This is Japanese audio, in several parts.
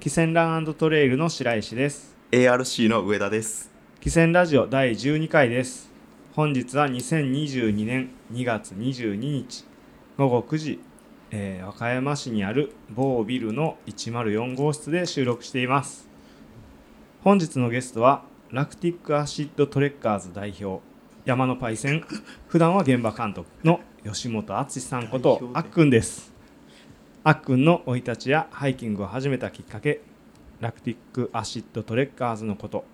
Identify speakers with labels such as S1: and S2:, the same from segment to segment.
S1: 汽船ラントレイルの白石です
S2: ARC の上田です
S1: 汽船ラジオ第12回です本日は2022年2月22日午後9時、えー和歌山市にある某ビルの104号室で収録しています本日のゲストはラクティックアシッドトレッカーズ代表山のパイセン普段は現場監督の吉本敦さんこと
S2: 代表で
S1: あっくんですあっくんの生い立ちやハイキングを始めたきっかけラクティックアシッドトレッカーズのこと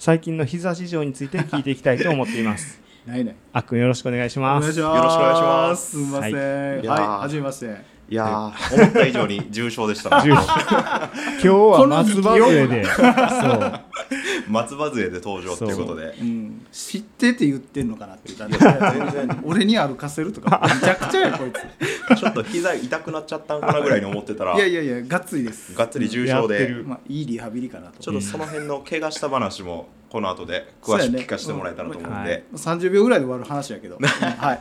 S1: 最近の膝事情について聞いていきたいと思っています。
S3: ないない。
S1: あっくんよろしくお願いし
S3: お
S1: ま
S3: 願い
S1: す。
S3: します。
S2: よろしくお願いします
S3: すみません。
S2: いい
S3: はい、
S2: やー
S3: はじめまして。
S2: いやー思った以上に重症でし た
S1: 重今日は松葉杖で、そ
S2: 松葉杖で登場ということで
S3: うん、知ってて言ってんのかなっていう感じで、全然俺に歩かせるとか、 めちゃくちゃやこいつ。
S2: ちょっと膝痛くなっちゃったんかなぐらいに思ってたら
S3: いやいやいや、がっつりです。
S2: がっつり重症
S1: やって
S2: で
S1: る
S3: まあ、いいリハビリかな
S2: ち
S3: と
S2: ょっ。とその辺の怪我した話もこの後で詳しく聞かせてもらえたらと思うん
S1: そうやね
S2: で、
S3: 三十秒ぐらいで終わる話や けど、うんはい。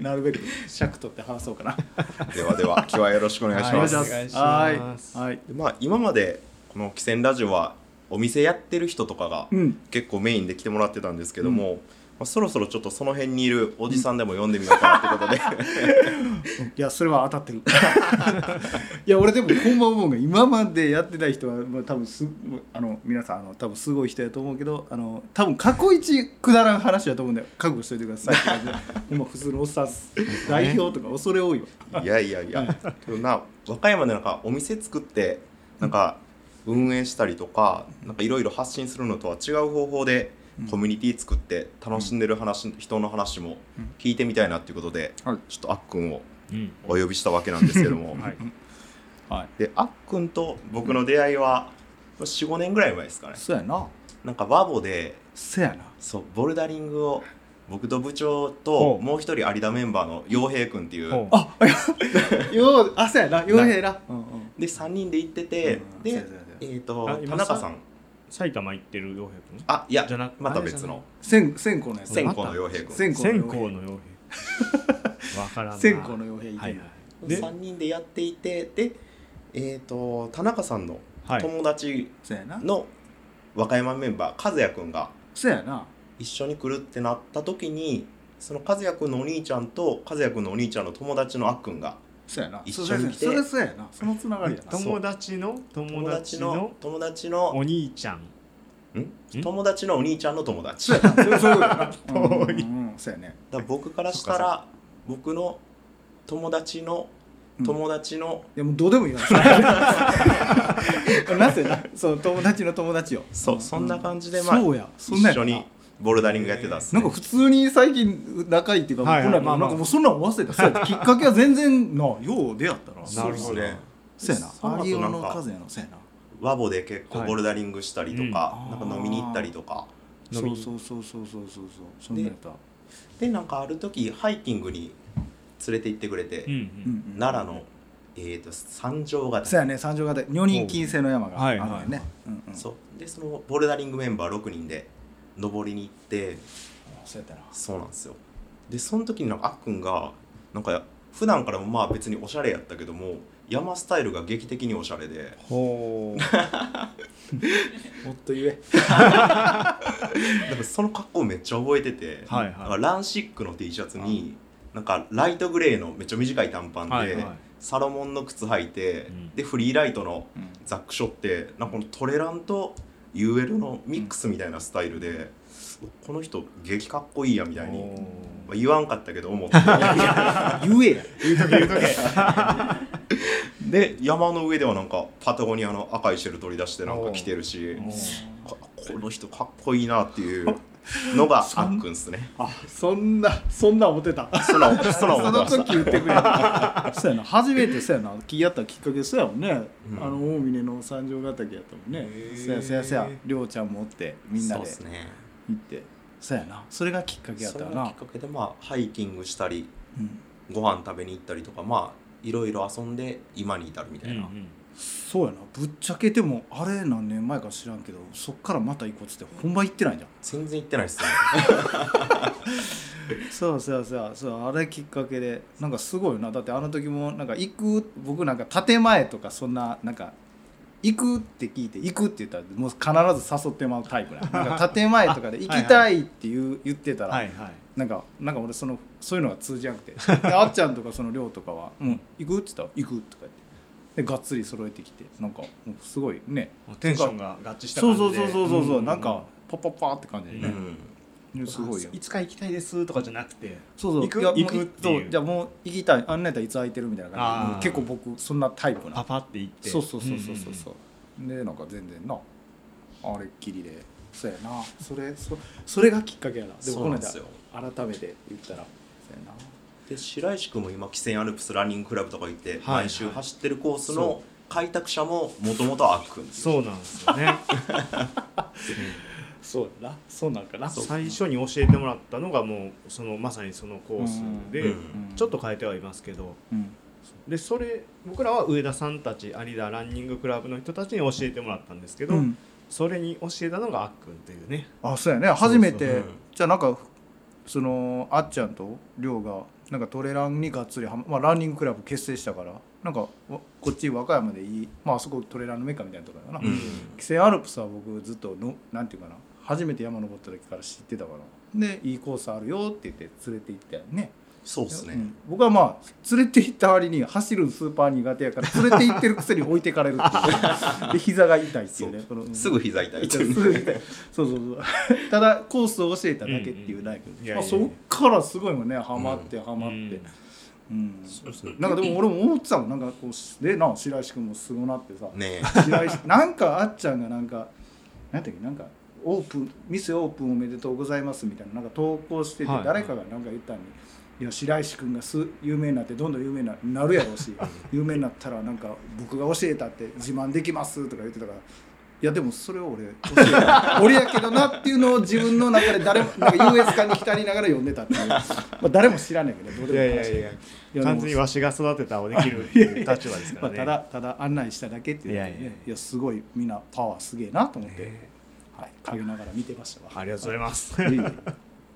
S3: なるべく尺取って話そうかな。
S2: ではでは今日はよろしくお願いします,、
S1: は
S3: お
S1: お願
S3: 願
S1: い
S3: い
S1: し
S3: し
S1: ま
S3: ますす。はい。はい。
S2: でまあ今までこの汽船ラジオはお店やってる人とかが
S3: うん。
S2: 結構メインで来てもらってたんですけども、まあ、そろそろちょっとその辺にいるおじさんでも呼んでみようかなってことで
S3: いやそれは当たってる いや俺でもほんま思うが今までやってない人は、まあ、多分すあの皆さんあの多分すごい人やと思うけどあの多分過去一くだらん話やと思うんで覚悟しといてくださいって感じででも普通のおっさんっす代表とか恐れ多いわ
S2: いやいやいやけどな和歌山でなんかお店作ってなんか運営したりとかなんかいろいろ発信するのとは違う方法で
S3: うん
S2: コミュニティ作って楽しんでる話、人の話も聞いてみたいなっていうことで、
S3: はい
S2: ちょっとあっくんを
S1: うん。
S2: お呼びしたわけなんですけども、
S1: はい。
S3: はい
S2: であっくんと僕の出会いは45年ぐらい前ですかね
S3: そうやな
S2: なんか和ボで
S3: そうやな
S2: そうボルダリングを僕と部長
S1: ほ
S2: と
S1: う
S2: もう一人有田メンバーの陽平君っていう
S1: あ、
S3: あよようあそうやなようへいなうんうん
S2: で3人で行ってて、
S3: うんそうや
S2: で
S3: そうやそうや
S2: えっ、と
S1: あ
S2: 田
S1: 今
S2: 中
S1: さ
S2: さん
S1: 埼玉行ってる洋平君。
S2: あいや
S1: じゃなく
S2: また
S1: あれじゃ
S2: 別
S1: ない
S2: の
S3: 線線香のやつ
S2: 線香の陽平君
S3: 線香の
S1: 線
S3: 陽
S1: 香
S3: 平
S1: の洋平。わからんない。
S3: 線香の陽平いてる
S1: はいはで
S2: 3人でやっていてでえっ、と田中さんの
S1: はい
S2: 友達
S3: そうやな
S2: の和歌山メンバー和也君が
S3: そうやな
S2: 一緒に来るってなった時にその和也君のお兄ちゃんと和也君のお兄ちゃんの友達のあっくんが
S3: そうやな
S2: 一緒に来て
S3: それそうやなそのつながりや
S1: い。
S3: な
S1: 友達の友
S2: 友
S1: 達
S2: 達の
S1: の
S2: 友達の
S1: お兄ちゃん。
S2: ん友達のお兄ちゃんの友達
S3: そうやな。そうや
S1: 遠い
S3: うんうんそうやね。
S2: だから僕からした
S1: そっ
S2: ら僕の友達の友達の、
S3: いやもうどうでもいいわ。なぜな、 そう友達の友達よ。
S2: そうそんな感じでまあ
S3: そうや、そんなん
S2: 一
S3: や
S2: 緒
S3: な
S2: にボルダリングやってたっす、
S3: な
S2: ね
S3: んか普通に最近仲いいっていうか、
S1: はいはい
S3: 僕らも
S1: まあまあ
S3: なんかもうそんなん忘れた。そうやきっかけは全然な、よう出会ったな。
S1: なるほど。
S2: ね
S3: そうやな。
S2: その後なんか
S3: アリオの数やな、そうやな。
S2: 和ボで結構
S1: はい
S2: ボルダリングしたりとか、
S3: うん
S2: なんか飲みに行ったりとか
S1: 飲
S3: そ
S1: み
S3: う
S1: に
S3: そうそうそうそうそうそう。そんなんやった。
S2: でなんかある時ハイキングに連れて行ってくれて、
S1: うんうん。
S3: うんうん
S2: 奈良の、えー、と三条ヶ
S3: そう
S2: 岳
S3: やね、三条ヶ岳、女人禁制の山があるよ
S1: はいはいはい
S3: ね。うんうんそう
S2: そうでそのボルダリングメンバー6人で登りに行って
S3: やったな。
S2: そうなんですよでその時になんかあっくんがなんか普段からもまあ別におしゃれやったけども山スタイルが劇的におしゃれで
S1: ほう。
S3: もっと言え。
S2: なんかその格好めっちゃ覚えてて、
S1: はいはい
S2: なんかランシックの T シャツになんかライトグレーのめっちゃ短い短パンで、
S1: はいはい
S2: サロモンの靴履いて、
S1: うん
S2: でフリーライトのザックショってなんかこのトレランと UL のミックスみたいなスタイルで、この人激かっこいいやみたいに、
S1: ほ
S2: まあ、言わんかったけど思って
S3: 言えや。言うとけ言うとけ。
S2: で山の上ではなんかパタゴニアの赤いシェル取り出してなんか着てるし
S1: うほう
S2: ここの人かっこいいなっていう のがあっくんっすね。
S3: あそんなそんな思ってた
S2: そのその
S3: その時言ってくれた そうやな初めてそうやな聞い合ったきっかけそうやもんね、
S2: うん
S3: あの大峰の三条ヶ岳やったもんね
S1: へー
S3: そうやそうやそうやりょうちゃんもおってみんなで
S2: そうっす
S3: 行
S2: ね
S3: ってそうやなそれがきっかけやっ
S2: そ
S3: た
S2: れ
S3: よ
S2: がき
S3: な
S2: っかけでまあハイキングしたり
S3: うん
S2: ご飯食べに行ったりとかまあいろいろ遊んで今に至るみた
S1: うん
S2: いな、
S1: うん
S3: そうやなぶっちゃけてもあれ何年前か知らんけどそっからまた行こうっつって本番行ってないじゃん
S2: 全然行ってないっすね
S3: そうそうそうそうあれきっかけでなんかすごいよなだってあの時もなんか行く僕なんか建前とかそんななんか行くって聞いて行くって言ったらもう必ず誘ってまうタイプなのなんか建前 とかで行きたいって言う言ってたら
S1: いはい
S3: なんかなんか俺そのそういうのが通じなくてであっちゃんとかその亮とかは「うん行く?」って言ったら「行く」とか言ってでがっつり揃えてきてなんかもうすごいね
S1: もうテンションが合致した
S3: そ
S1: 感
S3: う
S1: じ
S3: そう
S1: で
S3: そうそうそうそうなん
S1: う
S3: かパッパッパーって感じで
S2: う
S3: ね、
S2: ん
S3: ねすごいよ
S1: いつか行きたいですとかじゃなくて
S3: そうそう
S1: 行く
S3: いやもう
S1: 行くっていう
S3: そうじゃあもう行きたいあんなやったらいつ空いてるみたいな感じ
S1: あー
S3: で結構僕そんなタイプな
S1: パパって行って
S3: そうそうそうそうそうそう、でなんか全然なあれっきりでそうやなそれそそれがきっかけやなで
S2: そ
S3: も
S2: う
S3: こ
S2: な
S3: の
S2: んです
S3: 間
S2: よ
S3: 改めて言ったらそうやな
S2: で白石君も今紀仙アルプスランニングクラブとか行って、
S1: はい
S2: 毎週走ってるコース
S1: そ
S2: の開拓者ももともとあっくんですよ
S1: そうなんですよね
S3: そうやな そうなんかな
S1: 最初に教えてもらったのがもうそのまさにそのコース
S2: う
S1: で、
S2: ん
S1: ちょっと、変えてはいますけど
S3: うん
S1: でそれ僕らは上田さんたち有田ランニングクラブの人たちに教えてもらったんですけど、
S3: うん
S1: それに教えたのがあっくんというね
S3: あそうやね初め
S1: そう
S2: そう
S3: て
S2: うん
S3: じゃあなんかそのあっちゃんと亮がなんかトレランにがっつりはま、まあ、ランニングクラブ結成したからなんかわこっち和歌山でいい、まああそこトレランのメッカみたいなところやな、
S2: うん
S3: 紀勢アルプスは僕ずっとのなんていうかな初めて山登った時から知ってたからでいいコースあるよって言って連れて行ったよね
S2: そうですね、
S3: ん僕はまあ連れて行った割に走るスーパー苦手やから連れて行ってるくせに置いてかれるってい うで膝が痛いっていうねこのうん
S2: すぐ膝痛いって いう
S3: すぐ痛いそうそうそうただコースを教えただけっていうライ
S1: うんうんい
S3: ブ、
S1: やいやいや
S3: まあ、そっからすごいもんねハマってハマって、うんなんかでも俺も思ってたもんなんかこうしでな白石君もすごなってさ、
S2: ね
S3: 白石 なんかあっちゃんがなんかなんていうなんかオープンミスオープンおめでとうございますみたいななんか投稿してて
S1: はい
S3: 誰かがなんか言ったのに、いや白石君がす有名になってどんどん有名にななるやろ うし有名になったらなんか僕が教えたって自慢できますとか言ってたから。いやでもそれは 俺教えた俺やけどなっていうのを自分の中で誰もなんか優越感に浸りながら読んでたっ ていう、まあ、誰も知らないけどどう
S1: い
S3: でも
S1: や
S3: 話
S1: いやいや
S3: いや
S1: 完全にわしが育てたをできるっていう立場ですから
S3: まあ、
S1: ね
S3: ただただ案内しただけっていうだけでね
S1: いやいやいや
S3: いやすごいみんなパワーすげえなと思って、
S1: ね
S3: はい、陰ながら見てましたわ
S1: ありがとうございます、
S3: いえいえ
S2: まあ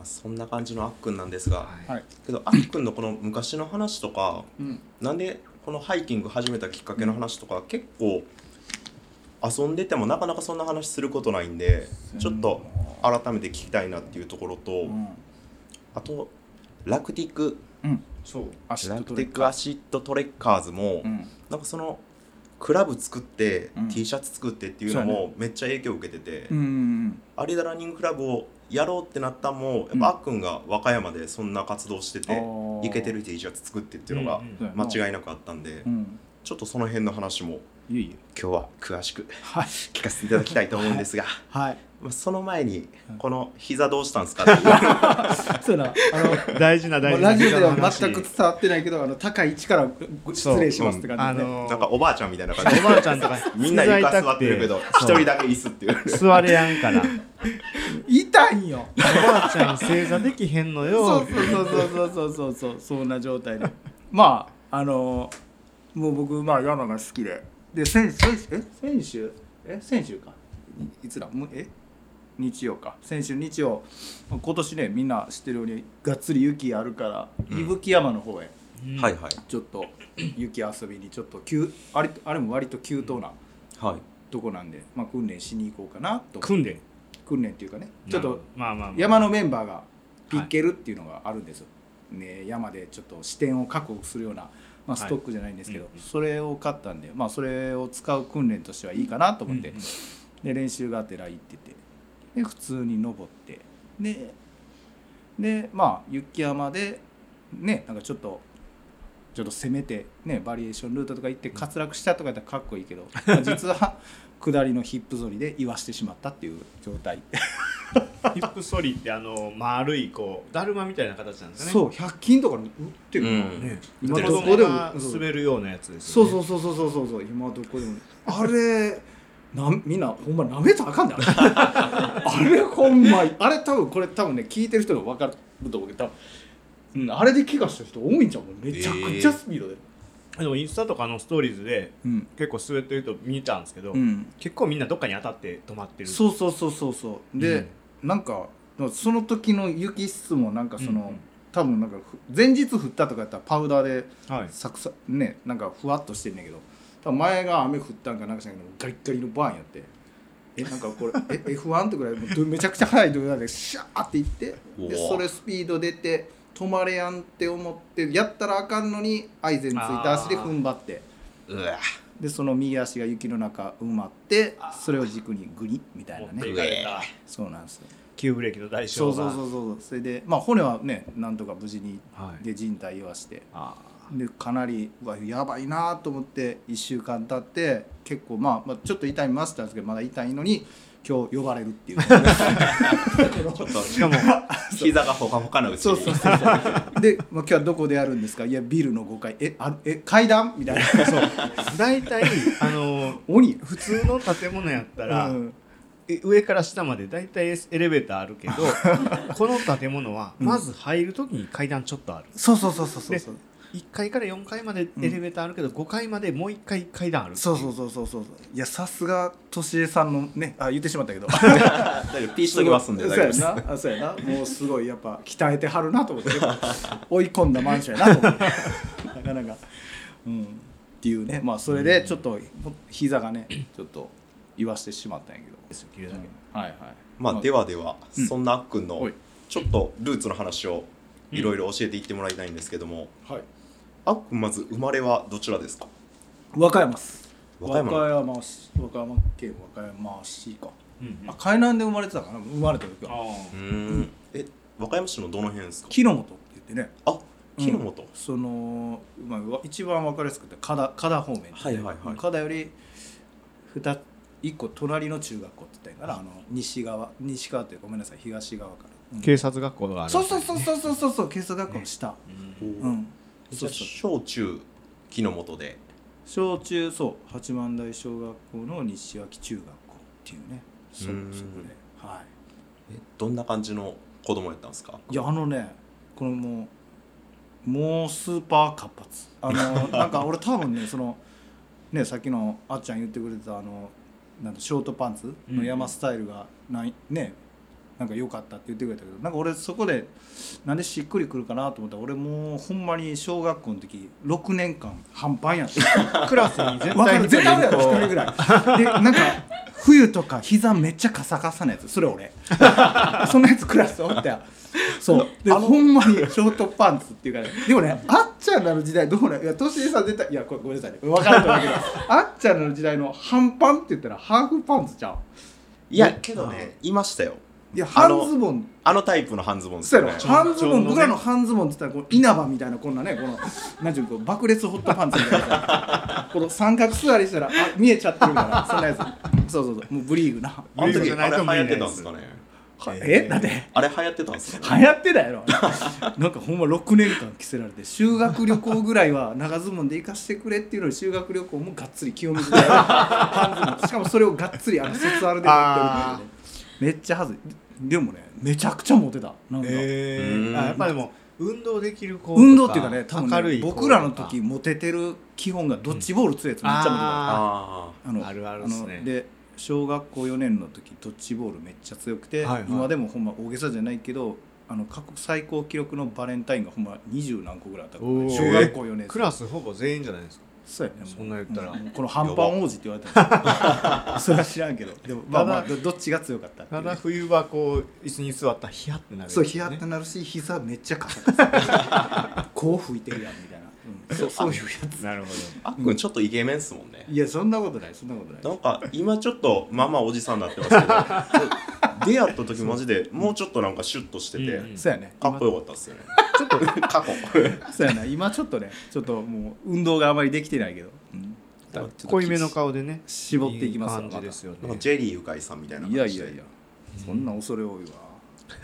S2: そんな感じのあっくんなんですが、
S3: はい
S2: けどあっくんのこの昔の話とか
S3: うん
S2: なんでこのハイキング始めたきっかけの話とか、結構遊んでてもなかなかそんな話することないんでちょっと改めて聞きたいなっていうところと、
S3: うん
S2: あとラクティック
S3: うん
S1: そう
S3: アシ
S2: ラ
S3: ッ
S2: ク
S3: ト
S2: ティックアシッドトレッカーズも、
S3: うん
S2: なんかそのクラブ作って、
S3: うん
S2: T シャツ作ってっていうの
S3: そう
S2: もめっちゃ影響を受けてて、
S3: うんうん
S2: アリダランニングクラブをやろうってなったんもやっぱあっくんが和歌山でそんな活動してて、
S3: うん
S2: イケてる T シャツ作ってっていうのが
S1: んん
S3: そうやな
S2: 間違いなくあったんで、
S3: うん
S2: ちょっとその辺の話も
S3: いえいえ
S2: 今日は詳しく
S3: はい
S2: 聞かせていただきたいと思うんですが
S3: はい
S2: まあその前に
S3: うん
S2: この膝どうしたんですかっ ていう
S3: そうやなあの
S1: 大事な
S3: ま
S1: 大
S3: あ
S1: 事な
S3: ラジオでは
S1: 話
S3: 全く伝わってないけどあの高い位置からご失礼しますって
S1: あ
S3: 感じで、ね
S1: のー
S2: なんかおばあちゃんみたいな感じ
S1: おばあちゃんとか
S2: みんな
S1: 膝
S2: 床
S1: 痛
S2: 座っ
S1: く
S2: てるけど一
S1: そう
S2: 人だけ椅子っていう
S1: 座れやん から
S3: 痛いんよ
S1: おばあちゃん正座できへんの
S3: そ
S1: よ
S3: うそうそうそうそうそうそうそうそんな状態でまああのもう僕まあ山が好きでで選手え選手え選手かいいつだむえ日曜か先週日曜今年ねみんな知ってるようにがっつり雪あるから
S2: うん
S3: 伊吹山の方へ
S1: うん
S2: はいはい
S3: ちょっと雪遊びにちょっと急あれあれも割と急騰な
S2: はい
S3: とこなんで、まあ、訓練しに行こうかなと
S1: 組んで
S3: 訓練っていうかねちょっと
S1: まあまあまあ
S3: 山のメンバーがピッケルっていうのがあるんですよ、ね、山でちょっと視点を確保するような、まあ、ストックじゃないんですけど、
S1: はいうんうん
S3: それを買ったんで、まあ、それを使う訓練としてはいいかなと思って、
S1: うんうん
S3: で練習がてら行っててで普通に登ってででまあ雪山でねなんかちょっと。ちょっと攻めてねバリエーションルートとか行って滑落したとかやったらかっこいいけど、まあ実は 下りのヒップ反りで言わしてしまったっていう状態
S1: ヒップソリってあの丸いこうだるまみたいな形なんですね
S3: そう100均とかに売ってるな、
S2: うん
S1: ね
S3: 今
S1: 子
S3: ど
S1: 供
S3: こでも
S1: が滑るようなやつです
S3: そ
S1: よ
S3: う
S1: ね
S3: そうそうそうそうそうそう今どこでもあれなんみんなほんま舐めたらあかんねあ れほんまあれ多分これ多分ね聞いてる人が分かると思うけど多分、うん、あれで怪我した人多いんじゃんもうめちゃくちゃスピードで、
S1: でもインスタとかのストーリーズで
S3: うん、
S1: 結構滑ってる人見たんですけど、
S3: うん、
S1: 結構みんなどっかに当たって止まってる
S3: そうそうそうそうそうで、なんかその時の雪質もなんかその、
S1: うんうん
S3: 多分なんかふ前日降ったとかやったらパウダーで
S1: はい
S3: サクサねなんかふわっとしてんねんけど多多分前が雨降ったんかなんかしないけどガリッガリのバーンやってえなんかこれ え F1 ってぐらいもうどめちゃくちゃ速いドライブでシャーっていって
S2: う
S3: で
S2: わ
S3: それスピード出て止まれやんって思ってやったらあかんのにアイゼンついた足で踏ん張って
S2: うわ
S3: でその右足が雪の中埋まってそれを軸にグリみたい
S1: 持っ
S3: な
S1: てい
S3: ね
S1: かれた
S3: そうなんですよ
S1: 急ブレーキの代
S3: そ
S1: 償
S3: うそう
S1: が
S3: そうそうそれでまあ骨はねなんとか無事に
S1: はい
S3: で人体弱して
S1: あ
S3: でかなりうわやばいなと思って1週間経って結構まあ、まあ、ちょっと痛みましたんですけどまだ痛いのに今日呼ばれるっていう
S2: ちょっと
S1: ーしかも
S2: 膝がほかほかのうち
S3: そうそうそう
S2: に
S3: そうで、まあ、今日はどこでやるんですかいやビルの5階えあえ階段みたいなそう
S1: 大体あの
S3: 鬼や
S1: 普通の建物やったら、
S3: うん
S1: え上から下まで大体エスエレベーターある けどこの建物はまず入る時に階段ちょっとある、
S3: そうそうそうそうそうそう
S1: 1階から4階までエレベーターあるけど、5階までもう1回階段ある
S3: そうそうそうそうそういやさすが敏江さんのねあ言ってしまったけど
S2: 大丈夫ピーしときますんで大丈夫です
S3: そうやなあそうやなもうすごいやっぱ鍛えてはるなと思って追い込んだマンションやなと思ってなかなかうんっていうねまあそれでちょっと膝がねちょっと言わしてしまったんやけど、
S1: ですよ切れだけ
S3: うんはいはい
S2: まあではでは、
S3: うん
S2: そんなあっくんの
S3: はい
S2: ちょっとルーツの話をいろいろ教えていってもらいたいんですけども、
S3: はい
S2: あっくんまず生まれはどちらですか
S3: 和歌山っす
S2: 和歌山
S3: 和山市和歌山県和歌山市か、
S1: うんうん
S3: あ海南で生まれてたかな生まれた時は
S2: うーんえ和歌山市のどの辺ですか
S3: 木の本って言ってね
S2: あ木の本、
S3: その、まあ、わ一番分かりやすくて加田加田方面ってね、
S2: はいはいはい
S3: 加田より二一個隣の中学校って言ったんやからあの西側西側ってごめんなさい東側から、うん
S1: 警察学校がある
S3: そうそうそうそうそうそう警察学校の下、
S1: うん
S2: おー
S3: うん
S2: じ
S3: そ
S2: ゃ
S3: う
S2: あ
S3: そう
S2: 小中木の本で
S3: 小中そう八幡台小学校の西脇中学校っていうねそうう
S2: ーん
S3: そこでは
S2: えどんな感じの子供やったんですか
S3: いいやあのねこのもうもうスーパー活発あのなんか俺多分ねそのねさっきのあっちゃん言ってくれてたあのなんだショートパンツの山スタイルがない、ねなんか良かったって言ってくれたけどなんか俺そこでなんでしっくりくるかなと思ったら俺もうほんまに小学校の時6年間半端やった
S1: クラスに絶
S3: わか
S1: 対
S3: る絶対あるやろ
S1: 一人い
S3: 1
S1: る
S3: 人ぐらいでなんか冬とか膝めっちゃカサカサなやつそれ俺 そんなやつクラスおったよそうでほんまにショートパンツっていうかねでもね あっちゃんらの時代どうねいや年上さん絶対いやこれごめんなさいね分かると思うけど あっちゃんらの時代の半パンって言ったらハーフパンツちゃう
S2: いやけどねいましたよ
S3: いや
S2: あ
S3: 半
S2: の
S3: ズボン
S2: あのタイプの半ズボンです
S3: そう
S2: よ
S3: や
S2: ね
S3: ろ半ズボ
S1: ちょうど
S3: ン
S1: ね
S3: 僕らの半ズボンって言ったらこう稲葉みたいなこんなねこの何ていうのこう爆裂ホットパンツみたいな さこの三角座りしたらあ見えちゃってるからそんなやつそうそうそうもうブリーグな
S2: あの時
S1: ブリーフじゃな
S2: あ
S1: い
S2: れ
S1: と
S2: 流
S1: 無
S2: 行
S1: 理なや
S2: っ
S1: つ
S2: てたんですかね
S3: えだって
S2: あれ流行ってたんですかね
S3: 流行ってたやろあれなんかほんま6年間着せられて修学旅行ぐらいは長ズボンで行かしてくれっていうのに修学旅行もがっつり清水で半ズボンしかもそれをがっつりあの卒アルで持ってるっていうねめっちゃはずいでもねめちゃくちゃモテたなんか、
S1: え
S2: う
S1: ー、
S2: ん
S1: あやっぱでも運動できる子とか
S3: 運動っていうかね多分ね
S1: 明るい子とか
S3: 僕らの時モテてる基本がドッジボール強いやつめっちゃモテた
S1: あ
S2: あ
S3: あの
S1: あるあるっすね
S3: あので小学校4年の時ドッジボールめっちゃ強くて、
S1: はいはい
S3: 今でもほんま大げさじゃないけどあの過去最高記録のバレンタインがほんま二十何個ぐらいあったから
S1: おー
S3: 小学校4年生
S1: クラスほぼ全員じゃないですか
S3: そうやねもう
S1: そんな言ったら
S3: もうこの半端王子って言われた のそれは知らんけどでもまあまあどどっちが強かったってい
S1: た
S3: う
S1: だ冬はこう椅子に座ったらヒヤってなる
S3: そうヒヤッとなるし膝めっちゃカサカ サ こう吹いてるやんみたいな、うんそうそういうやつ
S1: なるほど
S2: ああっくんちょっとイケメンっすもんね
S3: いやそんなことないそんなことない
S2: なんか今ちょっとまあまあおじさんになってますけど出会った時マジでもうちょっとなんかシュッとしてて、
S1: うん
S3: そうやね
S2: かっこよかったっすよね
S3: ちょっと
S2: 過去
S3: そうやな今ちょっとねちょっともう運動があまりできてないけど、うんちょっと
S1: 濃いめの顔でね
S3: 絞っていきますわ
S1: 感じですよ
S2: なん
S1: ね
S2: かジェリーゆかいさんみたいな感
S3: いやい
S2: じで
S3: やいやそんな恐れ多い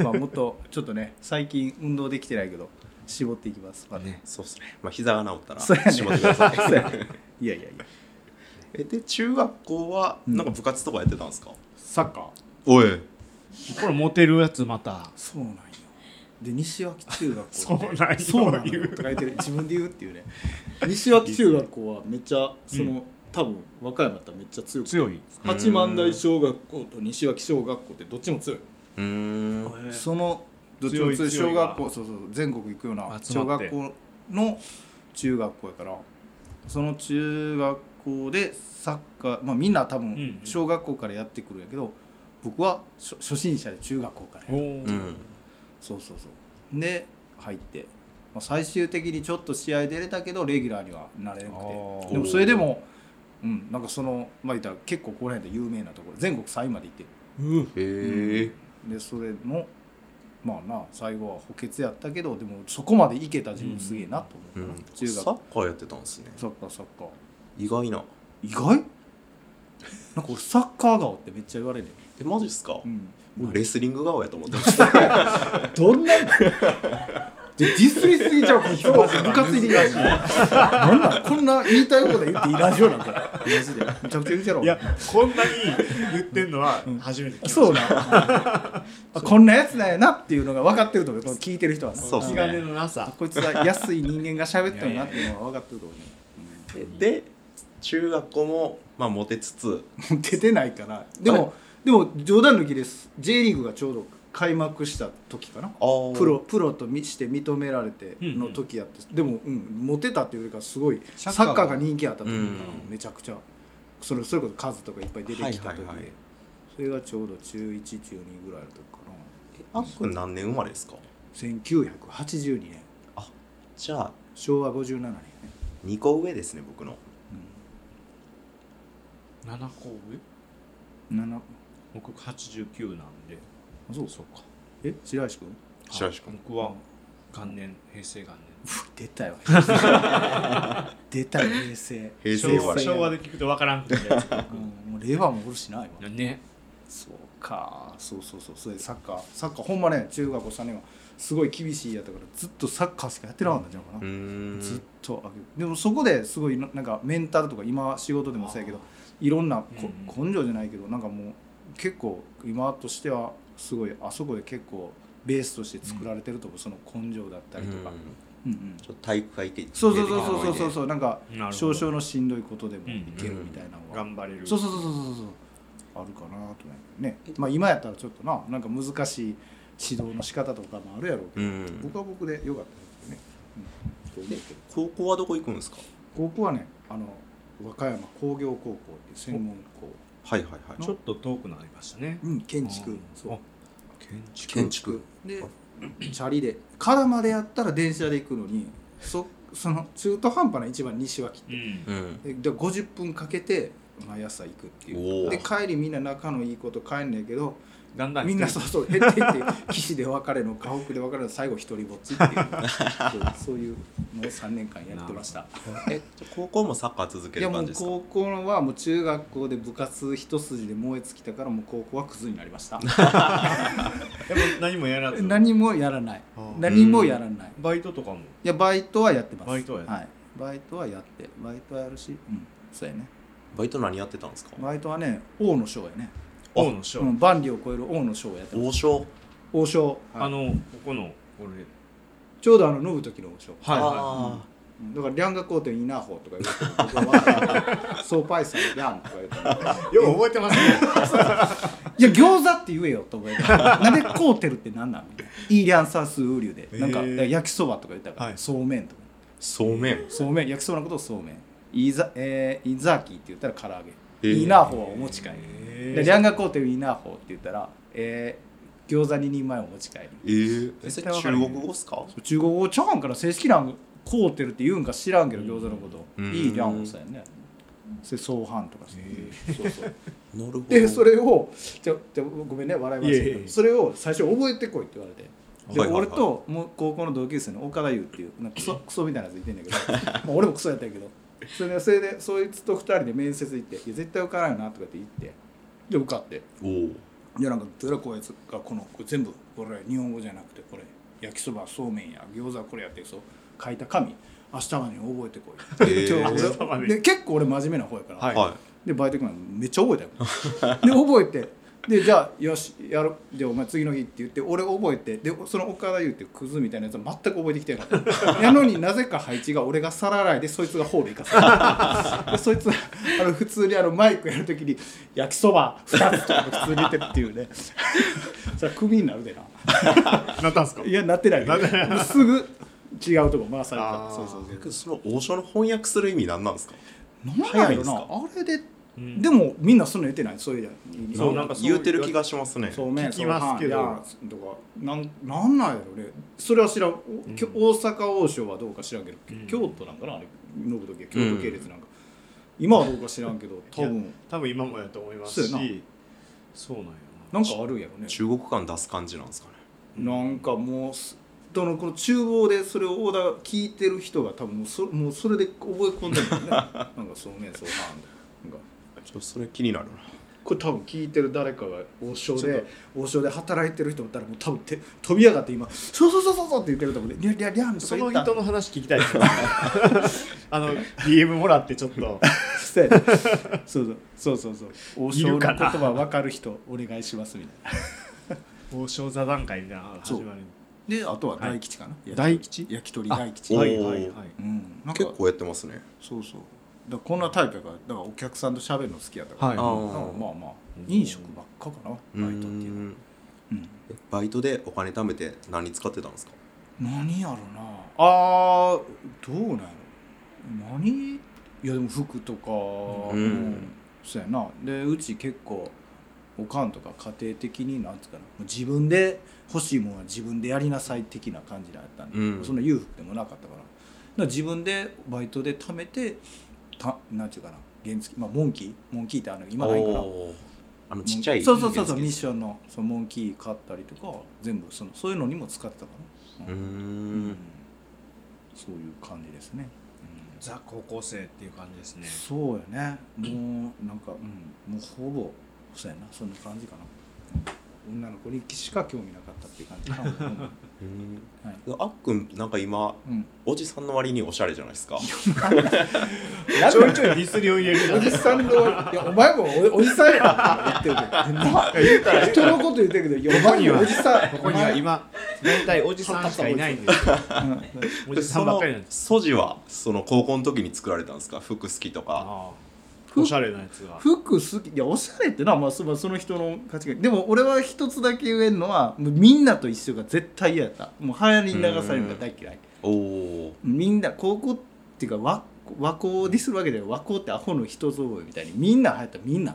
S3: わ、まあもっとちょっとね最近運動できてないけど絞っていきますまあね
S2: そうっすねまあ膝が治ったら
S3: そうやね
S2: 絞ってください
S3: そうやねいやいやいや
S2: えで中学校は
S3: うん
S2: なんか部活とかやってたんですか、
S3: サッカー
S2: おい
S1: これモテるやつまた
S3: そうなんよで西脇中学校
S1: そうなんよ
S3: そうなんよとか言ってる自分で言うっていうね西脇中学校はめっちゃその、多分和歌山だったらめっちゃ強くて
S1: 強い
S2: 八幡台
S3: 小学校と西脇小学校ってどっちも強いう
S2: ーん
S3: そのどっち
S1: 強
S3: も
S1: い
S3: 通
S1: 強
S3: 小
S1: いわ
S3: 学校そうそう全国行くような
S1: 集
S3: 小
S1: まって
S3: 学校の中学校やからその中学校でサッカー、まあ、みんな多
S1: うんうん
S3: 分小学校からやってくるんやけど、僕は初初心者で中学校からや
S1: おー
S2: うん
S3: そうそうそうで入って、まあ、最終的にちょっと試合出れたけどレギュラーにはなれなく
S1: あー
S3: てでもそれでも、うん、なんかそのまあ言ったら結構この辺で有名なところ全国3位まで行ってる
S1: うん
S2: へえ
S3: でそれもまあな最後は補欠やったけどでもそこまで行けた自分すげえなと
S2: う
S3: 思う、
S2: ん
S3: 中学
S2: サッカーやってたんですね
S3: サッカーサッカー
S2: 意外な
S3: 意外なんか俺サッカー顔ってめっちゃ言われる、
S2: えマジっすか、
S3: ん、
S2: 僕レスリング顔やと思ってました
S3: ど んなでディスりすぎちゃうから今日ムカついてきたしなんなんこんな言いたいこと言っていいラジオなんかマジでめちゃくちゃ言うてろ
S1: いやこんなに言ってんのは初めて聞きました
S3: そうな あこんなやつだよなっていうのが分かってると思うこの聞いてる人はな
S2: そうっす
S1: 気
S2: ね
S1: 兼ねのな
S3: あ
S1: さ
S3: こいつは安い人間が喋ってるなっていうのは分かってると思う ね
S2: で中学校もまあモテつつ
S3: もう出てないからでもでも冗談抜きです J リーグがちょうど開幕した時かな
S2: あー
S3: プロプロとみして認められて
S1: うんうん
S3: の時やって、でも、うん、モテたっていうよりかすごい
S1: サ
S3: サ
S1: ッカーが
S3: ッカーが人気あった時から、
S2: うん
S3: めちゃくちゃそれそれこそ数とかいっぱい出てきた時で、
S2: はいはいはい
S3: それがちょうど中1中2ぐらいの時か
S2: あ
S3: な
S2: っくん何年生まれですか
S3: 1982年
S2: じゃあ
S3: 昭和57年ね、
S2: 2個上ですね僕の
S1: 7個上
S3: うん、7
S1: 僕89なんで
S3: あそう
S1: そうか
S3: え白石君
S2: 白石君
S1: 僕は元年平成元
S3: 出たよ出たよ平成
S2: 平
S1: 年
S2: 成
S1: 昭
S2: 生ま
S1: 和
S2: れ
S1: 昭和で聞くとわからんくて
S3: うんもう令和もおるしな 今
S1: ね
S3: そうかそうそうそうそれでサッカーサッカーほんまね中学校3年はすごい厳しいやったからずっとサッカーしかやってなかったんじゃないかな、
S2: うーん
S3: ずっとあでもそこですごいななんかメンタルとか今仕事でもそうやけどいろんなこ
S1: う
S3: 根性じゃないけどなんかもう結構今としてはすごいあそこで結構ベースとして作られてると思う、その根性だったりとか、
S2: うん
S3: うんうん
S2: ちょっと体育会系
S3: そうそうそうそうそう
S2: う
S3: そうなんか
S1: なるほど
S3: 少々のしんどいことでも
S1: うん
S3: いけるみたいなのは、
S1: 頑張れる
S3: そうそうそうそうそうそうあるかなとねねまあ今やったらちょっとななんか難しい指導の仕方とかもあるやろうけど、
S2: ん
S3: 僕は僕でよかったですね、うん
S2: で高校はどこ行くんですか
S3: 高校はねあの和歌山工業高校っていう専門校、
S2: はいはいはい
S1: ちょっと遠くなりましたね
S3: うん、建築
S1: あ
S3: そう
S1: あ建築
S2: 建築
S3: でチャリでからまでやったら電車で行くのにそその中途半端な一番西脇
S1: うん
S2: うん
S3: でで50分かけて毎朝行くってい
S2: お
S3: う
S2: ー
S3: で帰りみんな仲のいい子と帰んねんけど
S1: だんだん
S3: みんなそうそう減っていって岸で別れの家屋で別れの最後一人ぼっちっていうそうそういうのを3年間やってました
S2: えじゃあ高校もサッカー続け
S3: いや
S2: る
S3: も
S2: 感
S3: う
S2: じですか
S3: 高校はもう中学校で部活一筋で燃え尽きたからもう高校はクズになりました
S1: でも何もやらず
S3: 何もやらない
S1: あー
S3: 何もやらないい
S1: バイトとかも
S3: やバイトはやってます
S1: バイトはやる
S3: い、バイトはやってバイトはやるしうんそうやね
S2: バイト何やってたんですか
S3: バイトはね王の賞やね、
S1: 王の賞
S3: うん、万里を超える王の賞をやってます
S2: 王将
S3: 王将、はい
S1: あのここの俺
S3: ちょうどあの信時の王将
S1: はいは
S2: あ
S3: うんだからリャンガコーテンイナーホーとか言うて るソーパイサーリャンとか言うてる
S1: いよう覚えてますね
S3: いや餃子って言えよと思えばなんでコーテルって何なんみたいなイーリャンサースウーリュでなんか
S1: へー
S3: だから焼きそばとか言ったから、
S1: はい
S3: そうめんと
S2: ー
S3: か
S2: そうめん
S3: そうめん焼きそばのことをそうめんイザ、えー、イザーキーって言ったら唐揚げ、
S2: へー
S3: イナーホーはお持ち帰り、
S1: へー
S3: でリャンガコーテルイナーホーって言ったら、えー、餃子2人前お持ち帰り
S2: えーえ
S1: 絶
S2: そ
S1: 対
S2: れ
S1: わか
S2: 中
S1: る
S2: 国語っすか
S3: そう中国語ちゃうんから正式なんコーテルって言うんか知らんけど餃子のこと、
S2: うん
S3: いいリャンホーさんやねそれ相反とかさそうそう
S2: なるほど
S3: でそれをじゃじゃごめんね笑いました
S1: いえ
S3: け
S1: いえいえ
S3: どそれを最初覚えてこいって言われて。で
S2: はいはいはい
S3: 俺ともう高校の同級生の岡田優っていうなんかクソクソみたいなやついてんだけど まあ俺もクソやったんやけどそれでそれでそいつと二人で面接行って「いや絶対受からんよな」とかって言ってで受かって
S2: おお
S3: いやなんかどれこいつがこのこれ全部これ日本語じゃなくてこれ焼きそばそうめんや餃子これやってそう書いた紙明日までに覚えてこいで
S2: へー
S3: 今日
S1: 明日まで
S3: 俺
S1: に
S3: で結構俺真面目な方やから、
S1: はい
S2: は
S3: でバイト行くのめっちゃ覚えたよ で覚えてでじゃあよしやろうでお前次の日って言って俺覚えてでその岡田優っていうクズみたいなやつは全く覚えてきてなかったやのになぜか配置が俺が皿洗いでそいつがホール行かされたでそいつはあの普通にあのマイクやるときに焼きそば2つとか普通に言ってるっていうね それはクビになるでな
S1: なったんすか
S3: いやなってないけどもうすぐ違うとこ回され
S1: あ
S3: た
S1: ー
S3: そうそうそう
S2: いその王将の翻訳する意味何なんですか
S3: なんやろな
S2: 早いん
S3: あれで、
S1: うん
S3: でもみんなそんな言ってないそういうじゃ
S2: そうなんか言うてる気がしますね
S3: そうめん
S1: 聞きますけど
S3: そうはんやーとかなんなんなんやろねそれは知らん、おきょ
S1: うん
S3: 大阪王将はどうか知らんけど、
S1: うん
S3: 京都なんかなあれ信時は京都系列なんか、今はどうか知らんけど多分
S1: 多分今もやと思います
S3: そうや
S1: しそうなんやな
S3: なんかあるんやろね
S2: 中国感出す感じなんですかね
S3: なんかもうすどのこの厨房でそれをオーダー聞いてる人が多分もうそもうそれで覚え込んでるん だよねなんかそうめんそうはんでなんか
S2: ちょっとそれ気になるな
S3: これ多分聞いてる誰かが王将
S2: ちょっ
S3: で王将で働いてる人だったらもう多分て飛び上がって今「そうそうそうそうそう」って言ってると思うね「りゃりゃりゃ」みた
S1: そ
S3: いな
S1: の人の話聞きたいです あの DM もらってちょっと
S3: そうやねそうそうそうそうそう王将の
S1: いるか
S3: 言
S1: な
S3: 葉分かる人お願いしますみたいな
S1: 王将座談会みたいなのが始まる
S3: であとは大吉かな、や
S1: 大吉
S3: 焼き鳥大吉
S2: あ
S1: は
S3: う
S1: いはいはい
S3: んなんか
S2: 結構やってますね
S3: そうそうだからこんなタイプやからだからお客さんと喋るの好きやった
S1: は
S3: から、
S1: い
S2: あ
S3: なんかま
S2: ー
S3: あまあ飲食ばっかかな
S2: バ
S3: バ
S2: イ
S3: イ
S2: ト
S3: ト
S2: っ
S3: ってて
S2: い
S3: いうう
S2: の
S3: の
S2: は
S3: うん
S2: えバイトでお金貯めて何に使ってたんですか
S3: 何やろなあーどうなんやろ何いやでも服とか
S2: うん
S3: うんそうやなでうち結構おかんとか家庭的になんつうかなもう自分で欲しいもんは自分でやりなさい的な感じだったんで、
S2: うん
S3: そんな裕福でもなかったからだから自分でバイトで貯めてたなんていうかな原付まあモンキーモンキーってあの今ないから
S2: おーあのちっちゃい
S3: そうそうそうそうミッ
S2: 原付
S3: ションのそのモンキー買ったりとか全部そのそういうのにも使ってたかな
S2: うーん
S3: そういう感じですね、
S1: ザ高校生っていう感じです
S3: うん
S1: ね
S3: そうやねもうなんか、うん、もうほぼそうやなそんな感じかな、うん女の子にしか興味なかったっていう感じかな、うん
S2: うん
S3: はい
S2: あっくんなんか今
S3: うん
S2: おじさんの割におしゃれじゃないですか
S1: ちょいちょいディスりを入れる
S3: おじさんのいやお前もおおじさんやろって言ってるけどな人のこと言ってるけどいやお前もおじさん
S1: ここには今大体おじさんしかいないんです よ
S3: うん
S1: おじさんばっかりなんです
S2: その素地はその高校の時に作られたんですか服好きとか
S1: ああおしゃれなやつが
S3: 服好きいやおしゃれってな、まあ、そまあその人の価値観でも俺は一つだけ言えるのはもうみんなと一緒が絶対嫌やったもう流行りに流されるのが大嫌い
S2: おお
S3: みんな高校っていうか和和光をディスるわけで和光ってアホの人ぞろいみたいにみんな流行ったらみんな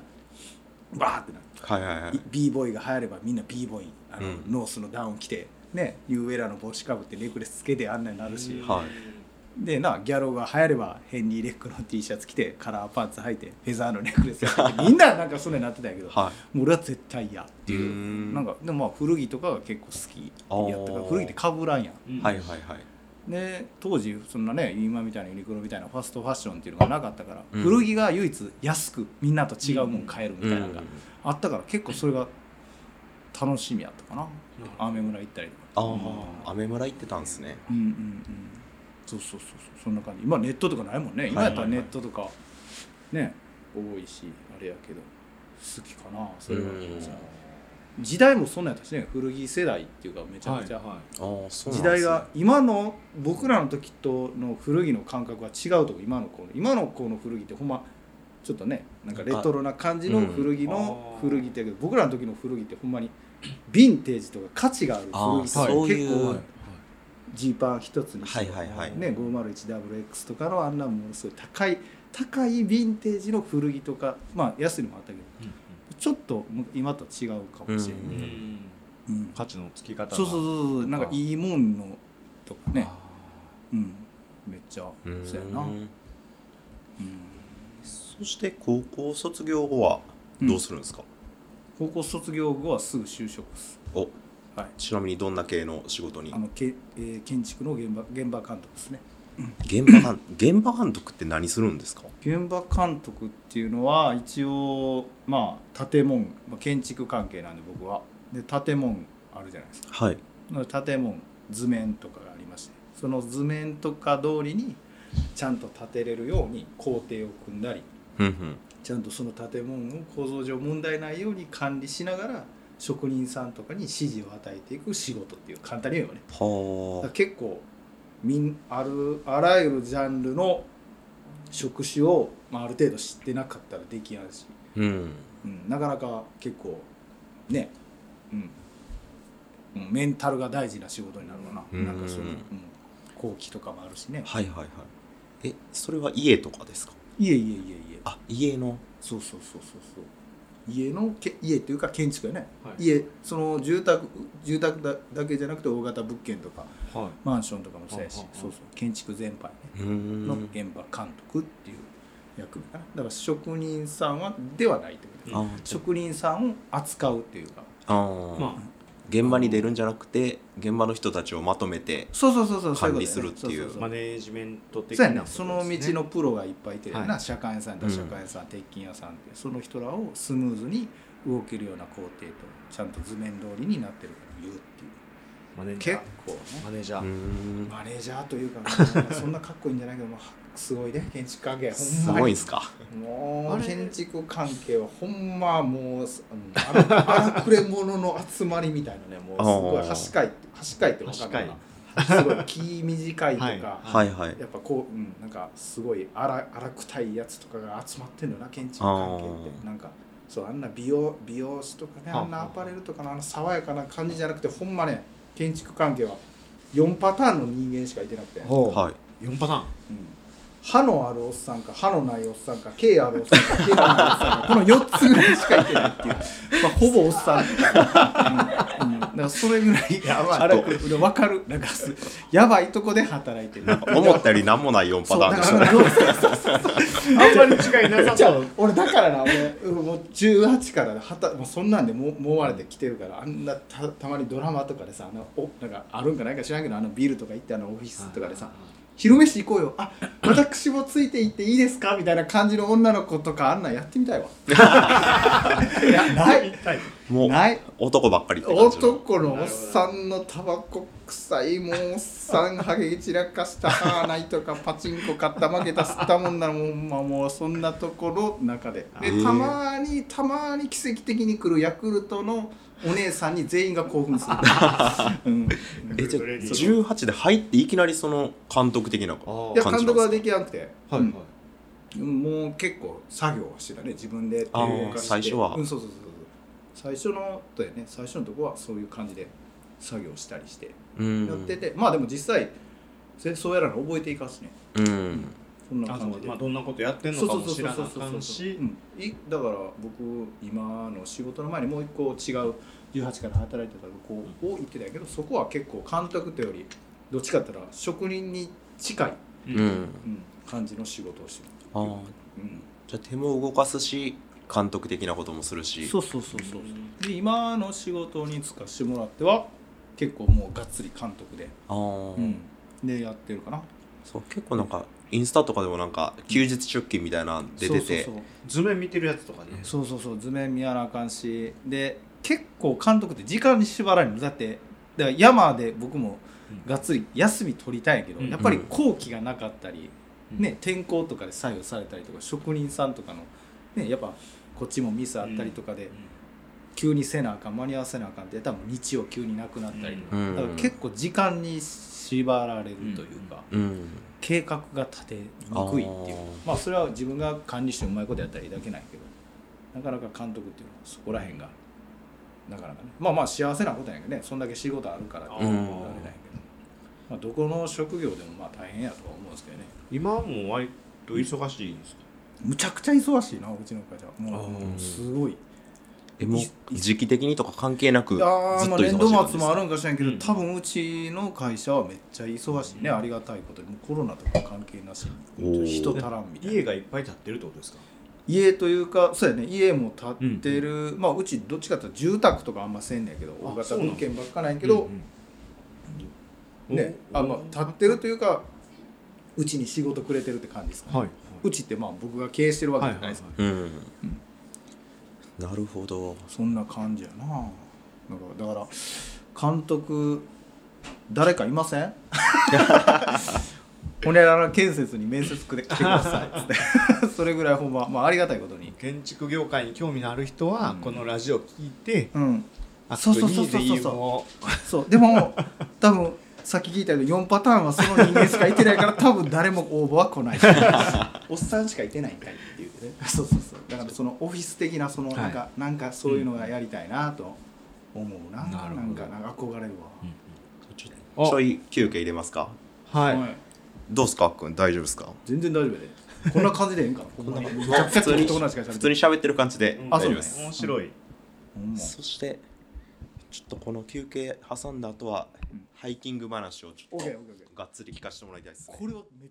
S3: バーってなって
S2: はいはいはい
S3: b ボーイが流行ればみんな b ボーイあの、
S2: うん
S3: ノースのダウン着てねユーエラの帽子かぶってネックレスつけてあんなになるし、
S2: はい
S3: でなギャロが流行ればヘンリー・レックの T シャツ着てカラーパンツ履いてフェザーのネックレスや ってみんななんかそれなってたんやけど
S2: は
S3: もう俺は絶対嫌っていう
S2: うーん
S3: なんかでもまあ古着とかが結構好きやったか
S2: あ
S3: ら
S2: ー
S3: 古着ってかぶらんやん
S1: うん
S2: いはいはいはい
S3: で当時そんなね今みたいなユニクロみたいなファストファッションっていうのがなかったから、
S2: うん
S3: 古着が唯一安くみんなと違うもん買えるみたいなのが
S2: うん
S3: あったから結構それが楽しみやったかな
S1: なるほど
S3: 雨村行ったりとか
S2: あ
S3: うん
S2: あアメ村行ってたんですね
S3: うんうんうんそうそうそうそうそんな感じ今ネットとかないもんね今やったらネットとかね多いしあれやけど好きかなそれは
S2: うん
S3: 時代もそんなんやったしね古着世代っていうかめちゃくちゃ
S1: はいはい
S2: ああそうなんで
S3: 時
S2: すね
S3: 代が今の僕らの時との古着の感覚は違うとこ今の子の今の子の古着ってほんまちょっとねなんかレトロな感じの古着の
S1: うん
S3: 古着ってやけど僕らの時の古着ってほんまにヴィンテージとか価値がある古着と
S2: あー
S3: か
S2: そうい
S3: 結
S2: う
S3: 構
S2: はい
S3: ジーパン一つにして、
S2: はいはいはい
S3: ね、501WX とかのあんなものすごい高い高いヴィンテージの古着とかまあ安いのもあったけどちょっと今とは違うかもしれ
S1: うん
S2: うん
S3: ない、うん
S1: 価値の付き方が
S3: そうそうそうそうなんかいいもんのとかねうんめっちゃ
S2: うーん
S3: そうやな、うん
S2: そして高校卒業後はどうするんですか、
S3: 高校卒業後はすぐ就職っす
S2: お
S3: はい
S2: ちなみにどんな系の仕事に
S3: あのけ、えー建築の現場現場監督ですね
S2: 現場監現場監督って何するんですか
S3: 現場監督っていうのは一応まあ建物、まあ、建築関係なんで僕はで建物あるじゃないですか
S2: はい
S3: の建物図面とかがありましてその図面とか通りにちゃんと建てれるように工程を組んだり
S2: うんうん
S3: ちゃんとその建物を構造上問題ないように管理しながら職人さんとかに指示を与えていく仕事っていう簡単に言えばねだか
S2: は
S3: ら結構みんあるあらゆるジャンルの職種を、まあ、ある程度知ってなかったらできやんし、
S2: あうん
S3: うん、なかなか結構ねうんうんメンタルが大事な仕事になるわな
S2: うん
S3: なんかその、うん、後期とかもあるしね
S2: はいはいはいえそれは家とかですか
S3: いえいえいえいえ
S2: あ家の
S3: そうそうそうそうそう家のけ家っていうか建築やね、
S1: はい
S3: 家その住宅住宅だだけじゃなくて大型物件とか
S1: は
S3: マンションとかもそうや
S1: う
S3: し、
S1: んうんうん
S3: そうそう建築全般ね
S2: うん
S3: の現場監督っていう役目かなだから職人さんはではないってこと、
S2: あちょ
S3: 職人さんを扱うっていうか
S2: あ
S1: い
S2: ー、
S1: ま
S2: 現場に出るんじゃなくて現場の人たちをまとめて
S3: そうそうそうそうそう
S2: 管
S3: い
S2: 理
S3: こ
S2: す
S3: と
S2: る
S3: ね
S2: っていう
S3: そ
S1: あ
S3: そそ
S1: マネージメント的
S3: そうや
S1: な
S3: ね
S1: ことです
S3: そ
S1: ね
S3: の道のプロがいっぱいいてるな、
S1: はい
S3: 社会員さんやったら社
S2: うん
S3: 会員さん、鉄筋屋さんってその人らをスムーズに動けるような工程とちゃんと図面通りになってるから言うっていう
S1: マネージャ
S3: 結
S1: ー
S3: 構ね
S1: マネージャ
S2: う
S1: ー
S2: ん
S3: マネージャーというか、まあそんなかっこいいんじゃないけど、まあ、すごいね建築関係
S2: す
S3: ほんま
S2: ごい
S3: に
S2: んすか
S3: も
S1: あ
S3: う
S1: れ
S3: 建築関係はほんまもうあの荒荒くれ者の集まりみたいなねもうすご
S2: あ
S3: い
S2: ー
S3: 端かい端かいって分かんないなすごい気短いとか、
S1: はいは
S2: はいはい
S3: やっぱこう、うん、なんかすごい荒荒くたいやつとかが集まってんのな建築関係っ
S2: あ
S3: てなんかそうあんな美容美容師とかね
S1: はあ
S3: あんなアパレルとかのあの爽やかな感じじゃなくてほんまね建築関係は4パターンの人間しかいてなくて、うん、
S1: ほ
S2: はい
S1: 4パターン
S3: 歯のあるおっさんか歯のないおっさんか毛あるおっさんか毛がないおっさんかこの4つぐらいしかいてないっていう、まあ、ほぼおっさん、うんうん、だからそれぐらい
S2: やばい
S3: 荒くで分かるなんかすやばいとこで働いてる
S2: 思ったより何もない4パターンでしたね
S3: そうだから
S1: あんまり違いなさ
S3: じゃ
S1: そ
S3: あ
S1: う
S3: 俺だからな俺うんもう18からはたもうそんなんでももわれてきてるからあんなたたまにドラマとかでさあのおなんかあるんかないか知らんけどあのビルとか行ってあのオフィスとかでさ「昼飯行こうよあ私もついて行っていいですか?」みたいな感じの女の子とかあんなんやってみたいわ いやない
S1: はい
S2: もう
S3: ない
S2: 男ばっかりって感じの
S3: 男のおっさんのタバコ臭いもうおっさんハゲ散らかした歯ないとかパチンコ買った負けた吸ったもんならもう,、まあ、もうそんなところの中でで
S2: へえ
S3: たまにたまに奇跡的に来るヤクルトのお姉さんに全員が興奮 する、うん、
S2: えじゃあ18で入っていきなりその監督的な
S1: あ
S3: いや
S2: 感
S3: 監
S2: じなん
S3: 督
S2: で
S3: は
S2: すか
S3: できなくて、
S1: はい
S3: うんもう結構作業はしてたね自分で手
S2: あ
S1: ー
S3: 動かして
S2: 最初は
S3: うんそうそうそうそう最初のとやね最初のとこはそういう感じで作業したりして
S2: うん
S3: やってて、まあでも実際せそうやらの覚えていかんしね
S2: うん
S3: そんな
S1: あ
S3: 感
S1: の
S3: じで、
S1: まあどんなことやってんのかも知らなあかんし
S3: うんいだから僕今の仕事の前にもう一個違う18から働いてたとこを行ってたんやけどそこは結構監督というよりどっちかって言ったら職人に近い、
S2: う
S1: うん
S2: ん
S3: うん感じの仕事をしてる、
S2: ああ
S3: うん、
S2: じゃあ手も動かすし監督的なこともするし
S3: うそうそうで今の仕事に就かしてもらっては結構もうがっつり監督で、
S2: ああ
S3: うん、でやってるかな
S2: そう結構なんかインスタとかでもなんか休日出勤みたいなの出てて
S3: そうそうそう
S1: 図面見てるやつとかね
S3: そうそうそう図面見やなあかんしで結構監督って時間に縛られるのだってだから山で僕もがっつり休み取りたいんやけど、
S1: うん
S3: やっぱり後期がなかったり、
S1: うん
S3: ね、天候とかで作用されたりとか職人さんとかの、ね、やっぱこっちもミスあったりとかで、急にせなあかん間に合わせなあかんって多分日曜急になくなったりとか,、
S2: うん
S3: だから結構時間に縛られるというか、
S2: うん
S3: 計画が立てにくいっていう
S2: あー
S3: まあそれは自分が管理してうまいことやったらいいだけないけどなかなか監督っていうのはそこら辺がなかなかねまあまあ幸せなことやけどねそんだけ仕事あるからって
S1: あ
S3: あ
S1: ー
S3: れなんやけど、まあ、どこの職業でもまあ大変やとは思うんですけどね
S1: 今はもう割と忙しいんですか
S3: むちゃくちゃ忙しいなうちの会社はも
S2: あ
S3: う
S2: ー
S3: すごい
S2: えもう時期的にとか関係なくずっと
S3: あーまあ
S2: 忙しい感じ
S3: 年度
S2: です
S3: 末もあるんかしらんけど、
S1: うん
S3: 多分うちの会社はめっちゃ忙しいねありがたいことにもうコロナとか関係なし
S2: おー
S3: に人足らんみたいな
S1: 家がいっぱい建ってるってことですか
S3: 家というかそうやね家も建ってる、まあうちどっちかっていうと住宅とかあんませんねんけど大型
S1: そうなの
S3: 物件ばっかなんやけど、ねあまあ建ってるというかうちに仕事くれてるって感じですか、ね
S1: はいう
S3: ちってまあ僕が経営してるわけじゃないですか、
S2: うんなるほど
S3: そんな感じやななんかだから監督誰かいません 骨らら建設に面接くれ来てくださいっつって それぐらいほんま、まあ、ありがたいことに
S1: 建築業界に興味のある人は
S3: うん
S1: このラジオ聞いて
S3: うん
S1: あ
S3: そうそうそうそうそうそう
S1: いいぜも
S3: そうでも多分さっき聞いたけど4パターンはその人間しかいてないから多分誰も応募は来ないおっさんしかいてないんかいっていうねそうそうそうだからそのオフィス的なその
S1: はい
S3: なんか、なんかそういうのがやりたいなと思うな、
S1: なるほど
S3: んかなんか憧れる
S2: ちょ
S1: あ
S2: ちょい休憩入れますか
S1: は
S3: わ、
S1: い
S3: い、
S2: どうすかあっくん大丈夫ですか
S3: 全然大丈夫やでこんな感じでええんか
S2: こ
S3: こ
S2: ん
S3: ん
S2: な
S3: な
S2: 感じ
S3: 感じめちゃくちゃ
S2: 普通に
S3: 適当なやつしかしゃ
S2: 普
S3: べ
S2: 通に喋ってる感じで
S1: うん
S2: 大丈夫で
S3: あそう
S1: 面
S2: す。
S1: 白い
S2: そしてちょっとこの休憩挟んだ後はハイキング話をちょっと
S3: OKOKOK
S2: がっつり聞かせてもらいたいですね。
S3: これはめっ